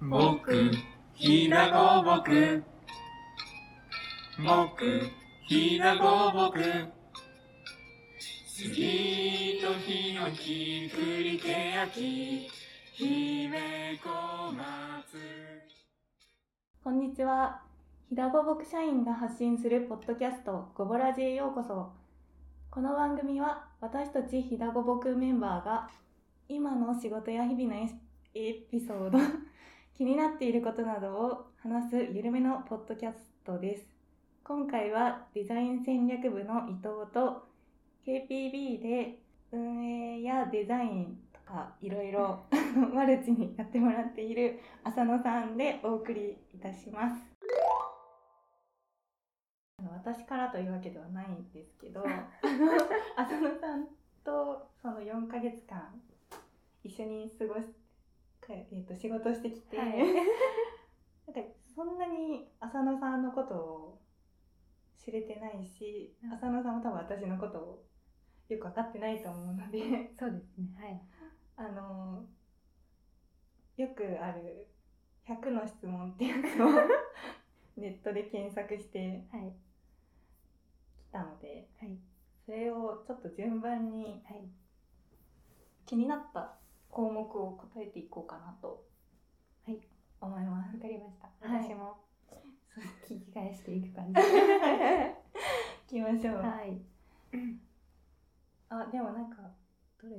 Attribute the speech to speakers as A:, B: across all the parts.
A: 木、ひなごぼく。木、ひなごぼく。杉とヒノキ、栗けやき、姫小松。
B: こんにちは。ひだごぼく社員が発信するポッドキャスト、ごぼらじへようこそ。この番組は、私たちひだごぼくメンバーが、今の仕事や日々のエエピソード、 気になっていることなどを話すゆるめのポッドキャストです。今回は、デザイン戦略部の伊藤と、KPB で運営やデザインとか、いろいろ マルチにやってもらっている浅野さんでお送りいたします。あの私からというわけではないんですけ ど、あの浅野さんとその4ヶ月間一緒に過ごし、かえっ、と仕事してきて、
C: はい
B: なんかそんなに浅野さんのことを知れてないし、浅野さんも多分私のことをよく分かってないと思うので。
C: そうですね。はい。
B: あのよくある100の質問ってや つをネットで検索して
C: はい。
B: きたので
C: はい。
B: それをちょっと順番に
C: はい。
B: 気になった項目を答えていこうかなと
C: はい
B: 思います
C: わ。かりました。
B: はい
C: 私も
B: そう
C: 聞き返していく感じ。は
B: 行きましょう。
C: い。
B: あでもなんかどれ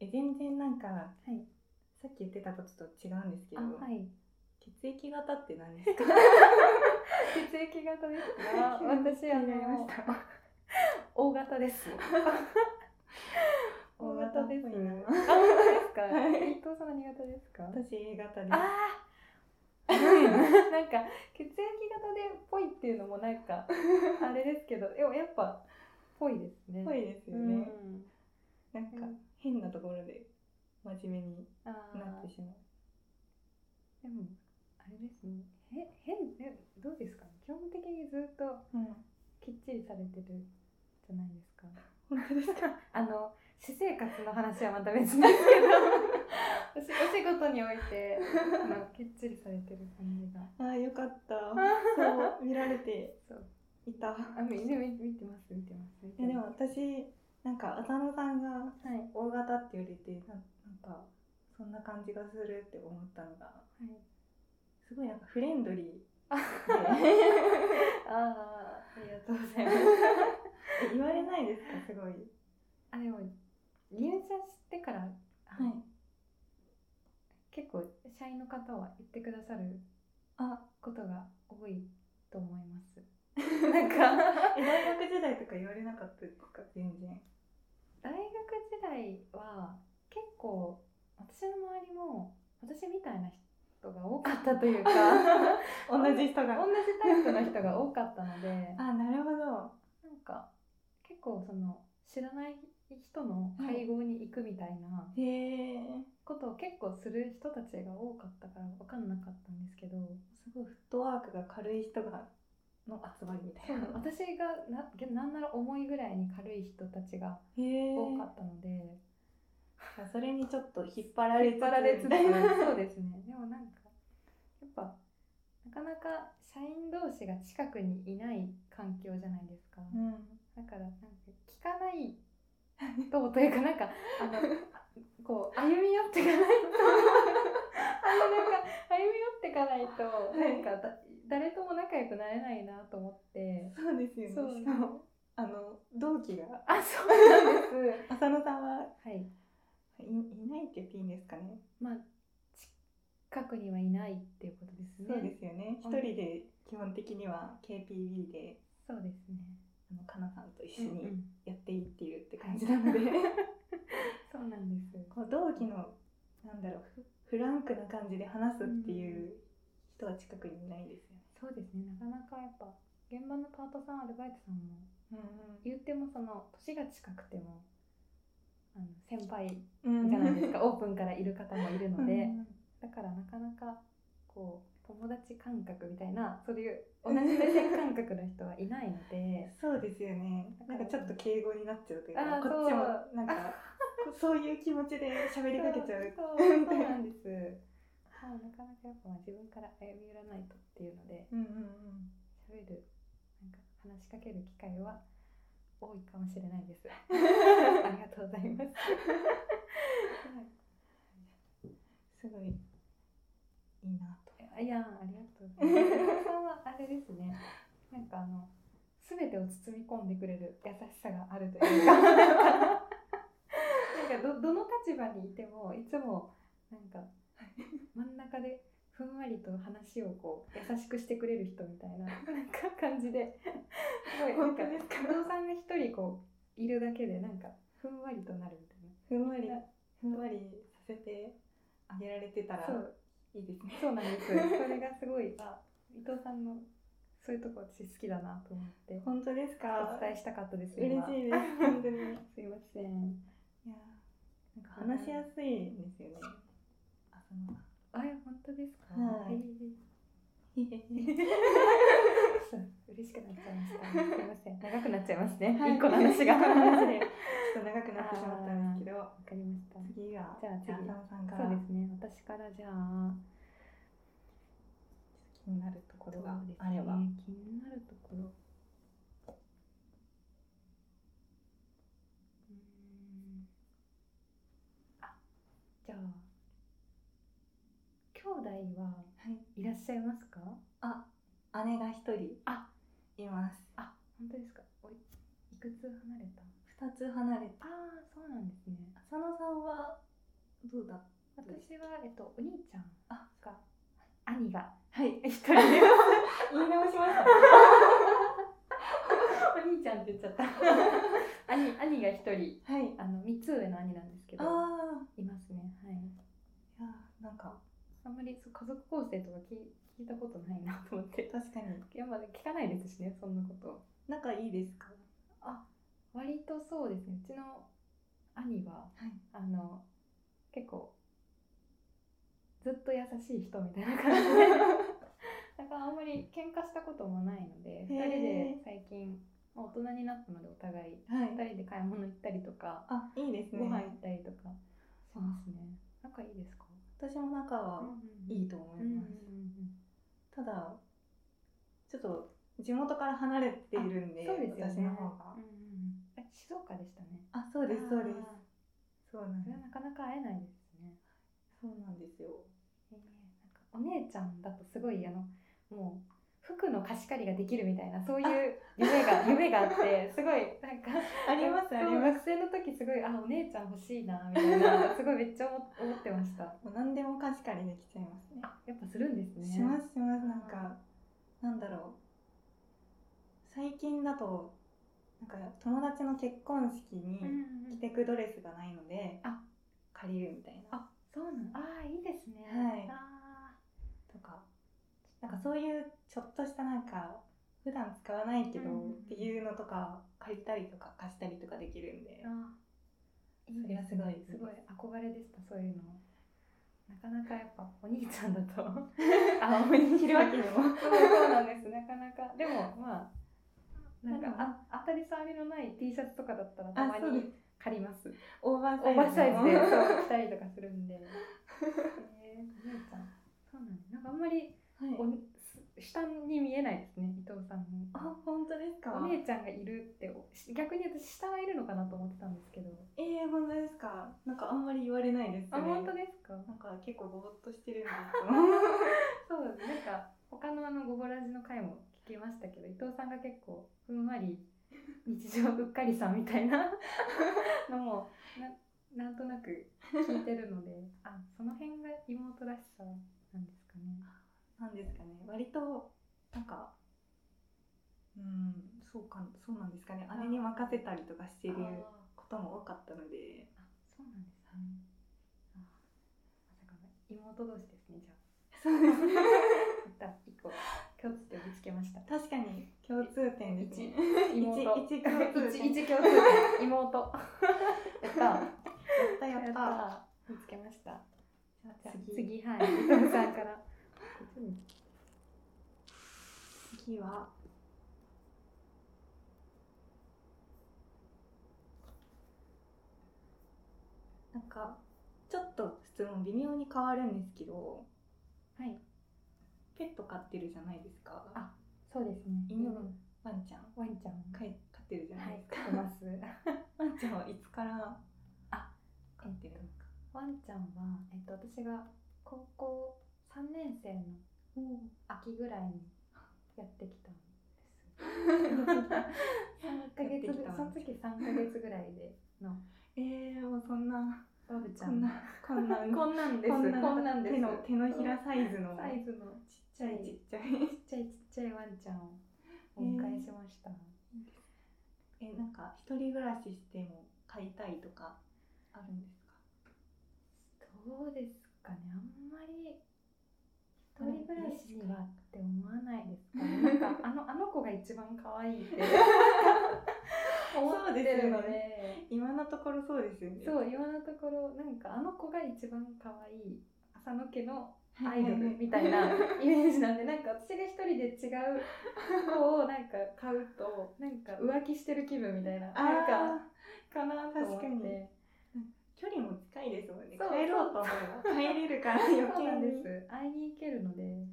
B: え全然なんか、
C: い
B: さっき言ってたことと違うんですけ
C: あ、
B: ど、
C: はい。
B: 血液型って何です か
C: 血液型です
B: あ
C: か 私、あ
B: 気になりま
C: の
B: し、
C: O 型です。
B: 大型っぽいな
C: あ、本当
B: は
C: ですか
B: い
C: 伊藤さんは苦手ですか
B: 私 A 型です
C: ああーなんか、血液型でっぽいっていうのもなんか、あれですけど、でもやっぱ、ぽいですね。
B: ぽいですよ
C: う
B: ね、
C: ん。
B: なんか変なところで真面目に
C: あ
B: な
C: あ
B: っ。てしまう
C: でもあれですねへ変えどうですか基本的にずっと
B: うん
C: きっちりされてるじゃないですか
B: 本当ですか
C: あの私生活の話はまた別 ですけどお仕お仕事においてあのきっちりされてる感じが
B: ああよか ったそう見られて
C: そう
B: いたい
C: あみ見見見てます見てます見て
B: やで
C: ま
B: も私なんか浅野さんが
C: すはい、はい、
B: 大型って言われてななんかそんな感じがするって思ったのがすごいなんかフレンドリー で
C: あ
B: ありがとうございますえ言われないですかすごい
C: ああでも入社してから、あの結構社員の方は言ってくださる
B: あ
C: ことが多いと思います。 なんか
B: え大学時代とか言われなかったですか全 然
C: 大学時代は結構私の周りも私みたいな人が多かったとい うか
B: 同じ人が
C: 同じタイプの人が多かったので な
B: あなるほど
C: んか結構その知らない人の会合に行くみたいな
B: へえ
C: ことを結構する人たちが多かったから分かんなかったんですけど
B: すごいフットワークが軽い人がの集まりみた いな
C: 私がななんなら重いぐらいに軽い人たちが
B: へえ
C: 多かったので。
B: それにちょっと引っ張られ
C: 引っ張られつつそう
B: で
C: ですねでもなんかやっぱなかなか社員同士が近くにいない環境じゃないですか、
B: うん
C: だからなんか聞かないとというかなんかあのこう歩み寄っていかないとあのなんか歩み寄っていかないとなんかだ誰とも仲良くなれないなと思って。
B: そうですよね
C: そう
B: しかもあの同期が
C: あ、そうなんです。
B: 浅野さんは
C: はい。
B: いいないって言っていいんですかね
C: まあ、近くにはいないっていうことですね。
B: そうですよね一
C: うん
B: 人で基本的には KPB で
C: そうですね。
B: あのかなさんと一緒
C: うんう
B: に
C: ん
B: やっていっているって感じなので、
C: そうなんです。
B: こう同期のなんだろうフフランクな感じで話すっていう人は近くにいないですよね。
C: そうですね。なかなかやっぱ現場のパートさん、アルバイトさんも
B: う
C: 言ってもその年が近くてもあの先輩じ
B: ん
C: ゃないです
B: か。
C: か。オープンからいる方もいるの
B: で、
C: で、だからなかなかこう友達感覚みたいなそういう同じ目線感覚の人はいないので。
B: そうですよね。なんかちょっと敬語になっちゃうというか、
C: あ ー
B: こっちもなんかそういう気持ちで喋りかけちゃう。
C: そうそうそうなんです。はいなかなかやっぱ自分から歩み寄らないとっていうので、
B: うんうん
C: 喋る、なんか話しかける機会は多いかもしれないです。 あ
B: うん。
C: りがとうございます。はい
B: すごいいいなと。
C: あいやありがとうございます。皆さんはあれですね。なんかあのすべてを包み込んでくれる優しさがあるというか、なんかど どの立場にいてもいつもなんか真ん中でふんわりと話をこう優しくしてくれる人みたいな なんか感じで、すごいなんか
B: 本当ですか
C: 不動産が一人こういるだけでなんかふんわりとなるみたいな。
B: ふんわりふんわりさせてあげられてたら
C: そう
B: いいですね。
C: そうなんです。それがすご い、あ、伊藤さんの。そういうとこ私好きだなと思って。
B: 本当ですか
C: お。伝えしたかったです。
B: 嬉しい
C: 今
B: です。本当に。い
C: すいません。
B: やなんか話しやすいんですよね。浅野さん
C: あ、いや本当ですか。
B: はい
C: えーそう嬉しくなっちゃいま した。すいません。長くなっちゃいますね。一個の話が。
B: 一個の話 で
C: わ
B: ちょっと長くなってしまったんですけど、
C: かりました。
B: 次が
C: じゃあ次
B: 浅野さんから
C: そうですね。私からじゃあ。
B: 気になるところがあれば
C: そう。ですね気になるところうーんあじゃあ兄弟は
B: はい。
C: いらっしゃいますか
B: 姉が一人
C: あ
B: います。
C: あ本当ですかおいいくつ離れた
B: 二つ離れて。
C: ああそうなんですね
B: 浅野さん はどうだ。
C: 私は、えっと、お兄ちゃん
B: あ
C: が兄が
B: はい。
C: 一人です
B: 言い直しました。
C: お兄ちゃんって言っちゃった兄兄が一人
B: はい。
C: あの三つ上の兄なんですけ
B: あ
C: ど
B: あ。
C: いますねはい
B: いやーなんか
C: あんまりそう家族構成とか聞い聞いたことないなと思って。
B: 確かに
C: いや、まあ聞かないですしね、そんなこと。
B: 仲いいですか。
C: 割とそうですね、うちの兄は、
B: はい。
C: あの、結構、ずっと優しい人みたいな感 じで。だからあんまり喧嘩したこともないので、
B: ー
C: 二人で最近、まあ大人になったのでお互い、
B: はい。
C: 二人で買い物行ったりとか、
B: あいいですね。
C: ご飯行ったりとかしますね。仲いいですか
B: 私も仲は
C: うん
B: いいと思い
C: うん
B: ます。ただちょっと地元から離れているんで、
C: そうですよね
B: 私の方が
C: うん。うんうんえ静岡でしたね
B: あそうですそうです
C: あー。
B: そうなん
C: そ
B: で
C: れ
B: す。
C: はなかなか会えないですね、
B: そうなんですよ。
C: えーなんかお姉ちゃんだとすごいあのもう服の貸し借りができるみたいなそういう夢が夢があってすごいなんか
B: あります
C: そう
B: あります。
C: 学生の時すごいあお姉ちゃん欲しいなみたいなすごいめっちゃ思思ってました
B: もう何でも貸し借りできちゃいますね。
C: あやっぱするんですね
B: しますしますなんかなんだろう最近だとなんか友達の結婚式に
C: うんうん
B: 着
C: うん
B: てくドレスがないので、
C: あ
B: 借りるみたいな
C: あそうなんあーいいですね
B: はい
C: あ
B: とかなんかそういうちょっとしたなんか普段使わないけど
C: うんうんうん
B: っていうのとか借りたりとか貸したりとかできるんで
C: ー、あーいい
B: それ
C: で
B: は
C: す
B: すごい
C: ねすごい憧れでしたそういうのなかなかやっ ぱお兄ちゃんだとあお兄
B: 着るわけにも
C: そうそうなんですなかなかでもまあなんか
B: まあ
C: あ当たり障りのない T シャツとかだったらた
B: あ
C: ま
B: そうです
C: に借ります
B: オーバーサ
C: オ
B: イズ
C: ーバーサイ ズで
B: の
C: そう着たりとかするんでへえお姉ちゃんそうなんですなんかあんまり
B: はい、
C: おす下に見えないですね伊藤さんも
B: あ本当ですか
C: お姉ちゃんがいるっておし逆に私下がいるのかなと思ってたんですけど
B: えー、本当ですかなんかあんまり言われないですね
C: あ本当ですか
B: なんか結構ぼーっとしてるん です
C: そうですなんか他のあのゴボラジの回も聞きましたけど伊藤さんが結構ふんわり日常うっかりさんみたい なのもななんとなく聞いてるのであその辺が妹らしさなんですかね。
B: なんですかね割となんかうんそうかそうなんですかね
C: あー
B: 姉に任せたりとかして
C: あ
B: る
C: ー
B: ことも多かったので
C: あそうなんですね。あまさかの妹同士ですねじゃあ。
B: そうですね
C: また一個共通点見つけま した。
B: 確かに共通点ですね
C: 妹
B: 一一共通点
C: 一一共通点妹。 やった。
B: やったや
C: や
B: っ
C: ったた。見つけました。じゃあ
B: 次
C: 次 はい。伊藤さんから。
B: 次はなんかちょっと質問微妙に変わるんですけど
C: はい
B: ペット飼ってるじゃないですか
C: あそうですね
B: 犬ワンちゃん
C: ワンちゃん
B: 飼い飼ってるじゃな
C: はいい
B: ですか、
C: 飼ってます
B: ワンちゃんはいつから
C: あ
B: 飼ってるんですか
C: ワンちゃんは、えっと、私が高校3年生の秋ぐらいにやってきた んです。3ヶ
B: やって
C: 月
B: きたんです
C: その時3ヶ月ぐらいでの
B: えー、もうそんな
C: バブち
B: こ
C: ゃ
B: ん
C: んの
B: なこんな
C: こんなんです
B: こんな
C: こんなんです
B: 手の手のひらサイズの
C: サイズの
B: ちっちゃいちっちゃい
C: ちっちゃいちっちゃいワンちゃんをお迎えしました。
B: えなんか一人暮らししても飼いたいとかあるんですか
C: どうですかねあんまり一人暮らしにはって思わないですかね なんかあのあの子が一番可愛い って
B: そう
C: 思ってるの
B: ですよ
C: で。
B: 今のところそうですよね
C: そう今のところなんかあの子が一番可愛い浅野家のア
B: は
C: イ
B: いはい
C: ド
B: はい
C: ルみたい なイメージなんでなんか私が一人で違う子をなんか買うとなんか浮気してる気分みたいな
B: あ
C: なんか
B: ーかな
C: と
B: 確
C: 思っ
B: かに
C: て
B: 距離も近いですもんね
C: そう
B: 帰ろうと思えば帰れるから余
C: そう
B: 計
C: なん
B: に
C: です会いに行けるので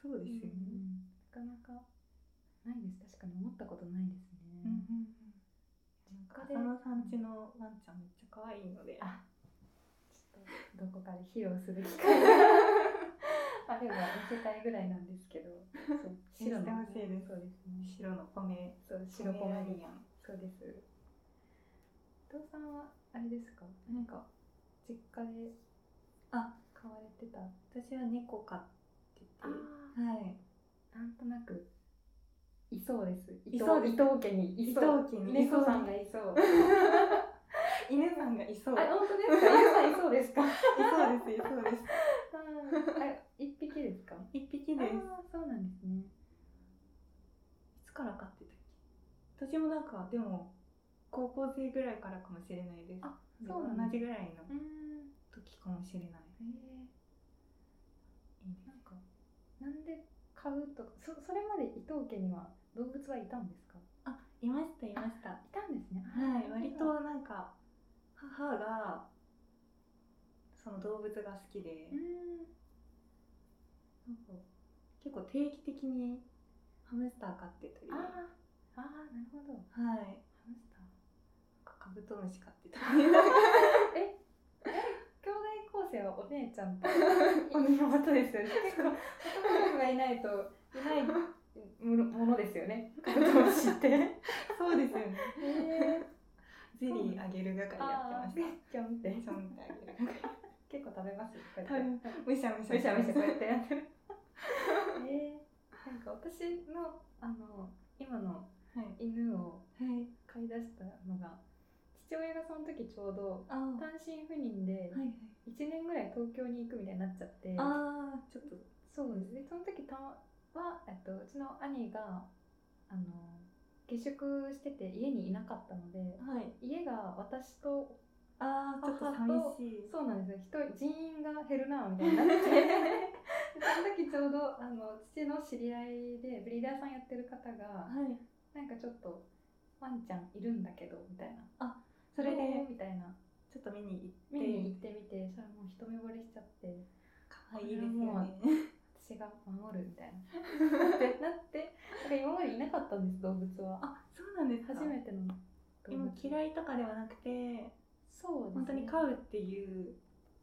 B: そうですよね、
C: うんなかなかないです確かに思ったことないですね、
B: うん
C: 実家で
B: 浅野さん家のワンちゃんめっちゃ可愛いので
C: あちょっとどこかで披露する機会があれば見せたいぐらいなんですけど、そう
B: 見せて
C: 白
B: ほ
C: の
B: しいです
C: そうですね。
B: 白のポメ
C: そう白ポメリアン。
B: アン
C: そうです。伊藤さんはあれですか？なんか実家で
B: あ
C: 飼われてた。
B: 私は猫飼ってて
C: あ
B: はい
C: なんとなくいそうです。
B: いそうです
C: 伊藤家にいそう。
B: 伊藤家に
C: 猫さんがいそう。
B: 犬さんがいそうい
C: あ本当ですか？犬さんいそうですか？
B: そうですいそうです
C: あ一匹ですか？
B: 一匹
C: あ
B: です
C: あそうなんですね。
B: いつから飼ってたっけ私もなんかでも高校生ぐらいからかもしれないです
C: あ
B: で
C: そうなんだ
B: 同じぐらいの
C: うん。
B: 時かもしれない
C: え
B: いい
C: ー、
B: ね
C: なんかなんで買うとかそそれまで伊藤家には動物はいたんですか
B: あいましたいました
C: いたんですね
B: はい割と
C: う
B: なんか母がその動物が好きで
C: ー
B: な
C: ん
B: んか結構定期的にハムスター飼ってたり
C: あー
B: は
C: あーなるほど
B: いなん
C: ハムスター
B: かカブトムシ飼ってたり
C: 兄弟構成はお姉ちゃ んと妹ですよね結構男の子がいないといないものものですよ ねカブトムシってえ
B: そうですよね
C: ー、
B: ゼリーあげる係やってました
C: ちょんって
B: ちょんってあげる係
C: 結構食べますこうやって
B: 食べむしゃむしゃ
C: むしゃむしゃこうやってやってる。えー、なんか私のあの今の
B: はい
C: 犬を
B: はい
C: 飼い出したのが父親がその時ちょうど
B: あー
C: 単身赴任で
B: はいはい
C: 1年ぐらい東京に行くみたいになっちゃって、
B: ああちょっと
C: そうですねその時たまはえっとうちの兄があの下宿してて家にいなかったので
B: はい
C: 家が私と
B: ああちょっと
C: 母と
B: 寂しい
C: そうなんですよ。人人員が減るなみたいになって。その時ちょうどあの父の知り合いでブリーダーさんやってる方が
B: はい
C: なんかちょっとワンちゃんいるんだけどみたいな。
B: それで
C: どうみたいな
B: ちょっと見に行って
C: 見 に行ってみて、それもう一目惚れしちゃって
B: 可愛いですよ
C: これは
B: ね
C: も私が守るみたいなってなってなんか今までいなかったんです動物 は。
B: あそうなんですか
C: 初めての動
B: 今
C: 物。い。
B: 嫌いとかではなくて
C: そうです、ね。
B: 本当に飼うっていう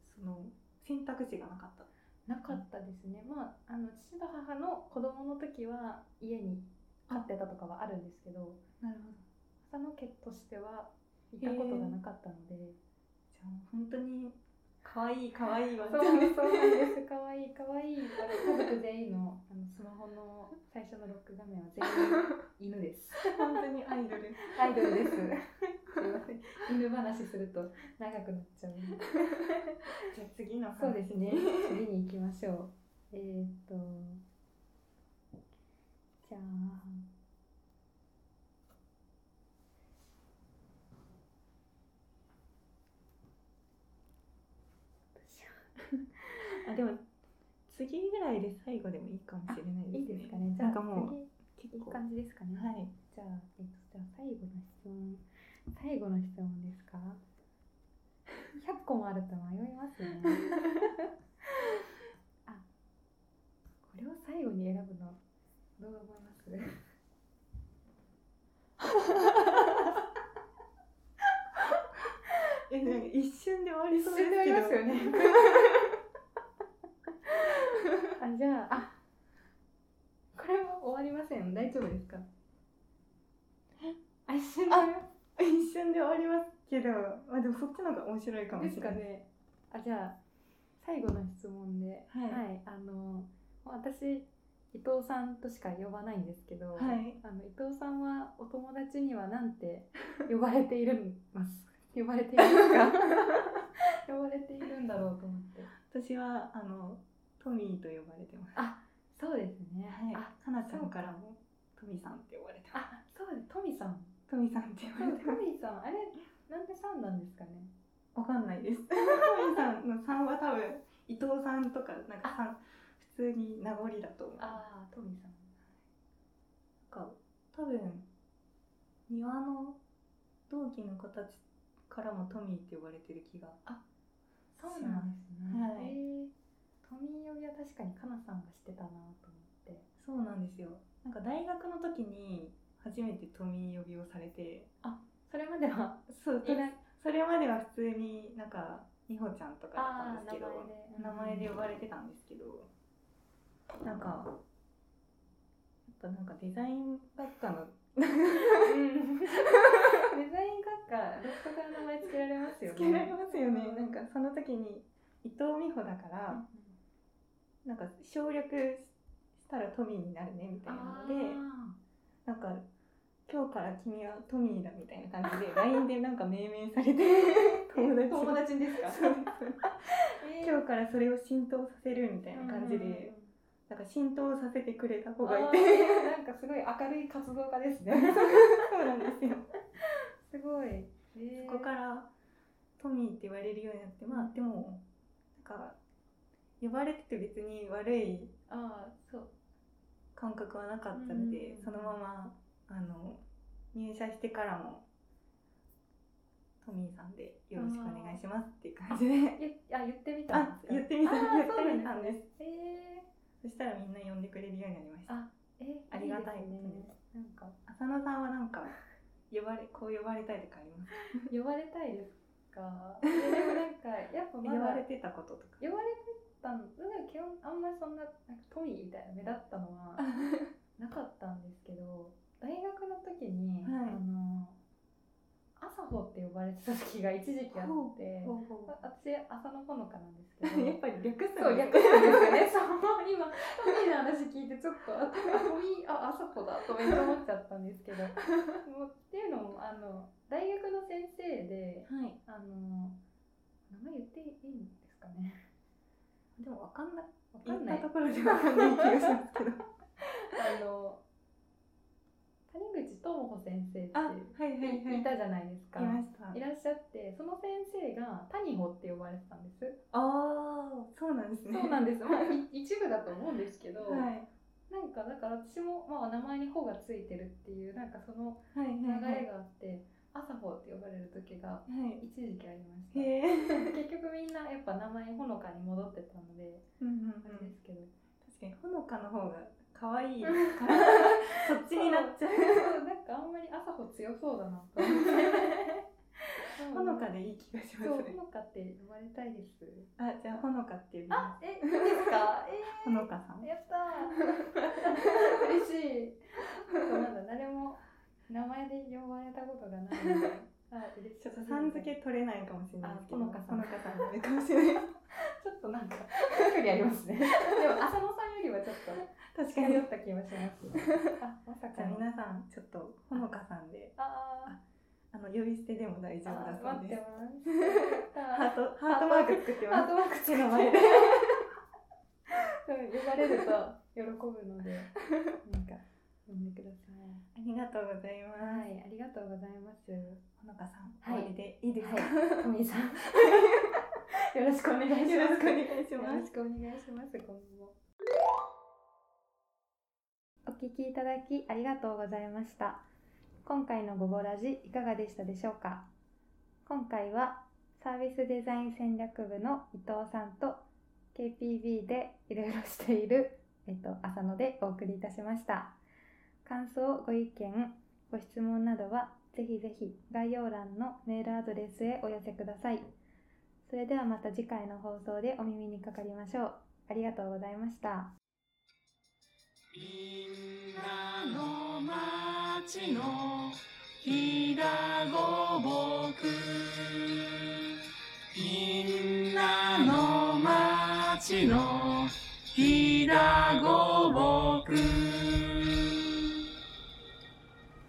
B: その選択肢がなかった
C: なかったですね、まああの父と母の子供の時は家に飼ってたとかはあるんですけど
B: なるほど
C: 浅野家としてはいたことがなかったので、
B: じゃあもう本当に可愛い可愛いワンち
C: そ
B: ゃ
C: うんそ
B: で
C: う
B: す
C: なんですかわいいかわいいあの家族全員のあのスマホの最初のロック画面は全員犬です
B: 本当にアイドル
C: アイドルですすいません犬話すると長くなっちゃうので
B: じゃあ次の話
C: そうですね。次に行きましょう。えーっと。じゃあ。
B: あでも次ぐらいで最後でもいいかもしれないですね
C: いいですかね。じゃ
B: な
C: あ、
B: んかもう
C: 次
B: 結
C: いい
B: 構
C: 感じですかね。
B: はい
C: じゃあ、えっと、じゃあ、最後の質問。最後の質問ですか。100個よ ねあこれを最後に選ぶのどう思います
B: えなんか一瞬で終わりそうですけど
C: 一瞬で終わりますよね あじゃああこれも終わりません大丈夫ですかあ一瞬で
B: あ 一瞬で終わりますけどまあでもそっちの方が面白いかも
C: で
B: し
C: す
B: れ
C: か
B: ない
C: ね。あじゃあ最後の質問で、
B: はい
C: あのもう私伊藤さんとしか呼ばないんですけど、
B: はい
C: あの伊藤さんはお友達にはなんて呼ばれているんます。 呼ばれて いるんか。呼ばれているんだろうと思って。
B: 私はあのトミーと呼ばれてます
C: あ、そうですね。
B: はい
C: あ、
B: かなちゃんからもトミーさんって呼ばれてます
C: あ、そうです。トミさん。
B: トミーさんって
C: ト
B: 呼ばれてます
C: ミさん、あれなんでさんなんですかね。
B: わかんないですトミーさんの3は多分伊藤さんとかなんかさん普通に名残だと思う
C: あー、トミさん。
B: なんか多分庭の同期の子たちからもトミーって呼ばれてる気が
C: そうなんですね。
B: はい
C: へえトミー呼びは確かにかなさんがしてたなと思って。
B: そうなんですよなんか大学の時に初めてトミー呼びをされて
C: それまでは
B: そう
C: いない。
B: それまでは普通になんか美穂ちゃんとかだったん
C: あ
B: で
C: あ、名
B: すけ
C: 前
B: ど
C: で。
B: 名前で呼ばれてたんですけどなんかやっぱなんかデザイン学科の
C: うん。 デザイン学科、どこから名前つけられますよね。
B: つけられますよねなんかその時に伊藤美穂だから、なんか省略したらトミーになるねみたいなのでなんか今日から君はトミーだみたいな感 じで LINE でなんか命名され て友達
C: 友達ですか
B: そうそう 今
C: 日
B: 日からそれを浸透させるみたいな感じで、なんか浸透させてくれた子がいて
C: なんかすごい明るい活動家ですね。
B: そうなんですよ
C: すごい。へえ
B: そこからトミーって言われるようになってまあでもなんか呼ばれてて別に悪い
C: ああ、そう。
B: 感覚はなかったので、
C: うん
B: そのままあの入社してからもトミーさんでよろしくお願いしますっていう感じで
C: え、あ、言ってみたん
B: あ
C: ですか
B: 言ってみた
C: あー
B: 言ってみた
C: そうんな
B: で
C: ん
B: す
C: ですへえ
B: そしたらみんな呼んでくれるようになりました
C: あえ
B: ありがたいこと
C: で
B: に
C: すねなんか
B: 浅野さんはなんか呼ばれこう呼ばれたいとかありますか
C: 呼ばれたいですかえでもなんかやっぱま
B: 呼ば
C: だ
B: れてたこととか
C: 呼ばれてたのなんか基本あんまりそんななんかトミーみたいな目立ったのはなかったんですけど大学の時に、
B: はい
C: あの朝穂って呼ばれてた時が一時期あって
B: ほうほう
C: あ私朝のほのかなんですけ ど
B: やっぱり略す
C: そ
B: の
C: う、
B: ね
C: 略したんですよ ね。そう、今、トミーの話聞いて、ちょっと、あ、トミー、あ、あさこだとめっちゃ思っちゃったんですけ ど。もうっていうのも、あの、大学の先生で、
B: はい
C: あの、名前言っていいんですかね。
B: でもわかんない
C: わか
B: 言
C: ん
B: っ
C: な
B: た
C: い。
B: ところでわかんない気がしますけど
C: あの、谷口智子先生って
B: あはいはいはい
C: いたじゃないですか。
B: いました
C: いらっしゃって、その先生が谷穂って呼ばれてたんです。
B: ああそうなんですね
C: そうなんです。 まあ、い一部だと思うんですけど。
B: はい
C: なんかだから私も、まあ、名前に「ほ」がついてるっていうなんかその
B: はいはい
C: 流
B: はい
C: れがあって「朝ほ」って呼ばれる時が
B: はい
C: 一時期ありまし
B: へ
C: た
B: え
C: 結局みんなやっぱ名前ほのかに戻ってたので
B: うんうんうん
C: あれですけど、
B: 確かにほのかの方が可愛い からそっちになっちゃう
C: そうそう なんかあんまり朝ほ強そうだなと思って
B: ほのかでいい気がします
C: そうほ
B: ね
C: のかって呼ばれたいです
B: あじゃあほのかって呼びま
C: えいいですかえ
B: すほのかさん
C: やったー 嬉しいなんだ誰も名前で呼ばれたことがないのであ嬉しい
B: ちょっとさん付け取れないかもしれないですけど
C: あほのか
B: ほ
C: さん
B: のかさんになるかもしれない
C: ちょっとなんか距離ありますねでも浅野さんよりはちょっと
B: 確か
C: 近
B: に
C: 寄
B: じ
C: った気はしますあまさか
B: ゃあ
C: の
B: 皆さんちょっとほのかさんで
C: あ
B: あの呼び捨てでも大
C: ー
B: 丈夫だ
C: あー
B: そ
C: 待
B: う
C: っ
B: で
C: て
B: す
C: ます
B: ハートハートマーク作って
C: ハ
B: ま
C: ートマークつ
B: す
C: け
B: 手
C: の
B: の
C: 前
B: 前
C: で
B: で
C: 呼ばれると喜ぶのでなんか呼んでください
B: ありがとうござい
C: は
B: ます
C: いありがとうございます
B: ほのかさん
C: は
B: 終
C: い
B: わりでいいですか
C: はい、ト ミーさん。よろしくお願いします。
B: よろしくお願いし
C: よ
B: ま
C: ろ
B: す
C: しくお願いします。今後も。お聞きいただきありがとうございました。今回のごぼラジいかがでしたでしょうか。今回はサービスデザイン戦略部の伊藤さんと KPB でいろいろしている、えっと、浅野でお送りいたしました感想ご意見ご質問などはぜひぜひ概要欄のメールアドレスへお寄せくださいそれではまた次回の放送でお耳にかかりましょうありがとうございました
A: みんなの町のひだごぼくみんなの町のひだごぼく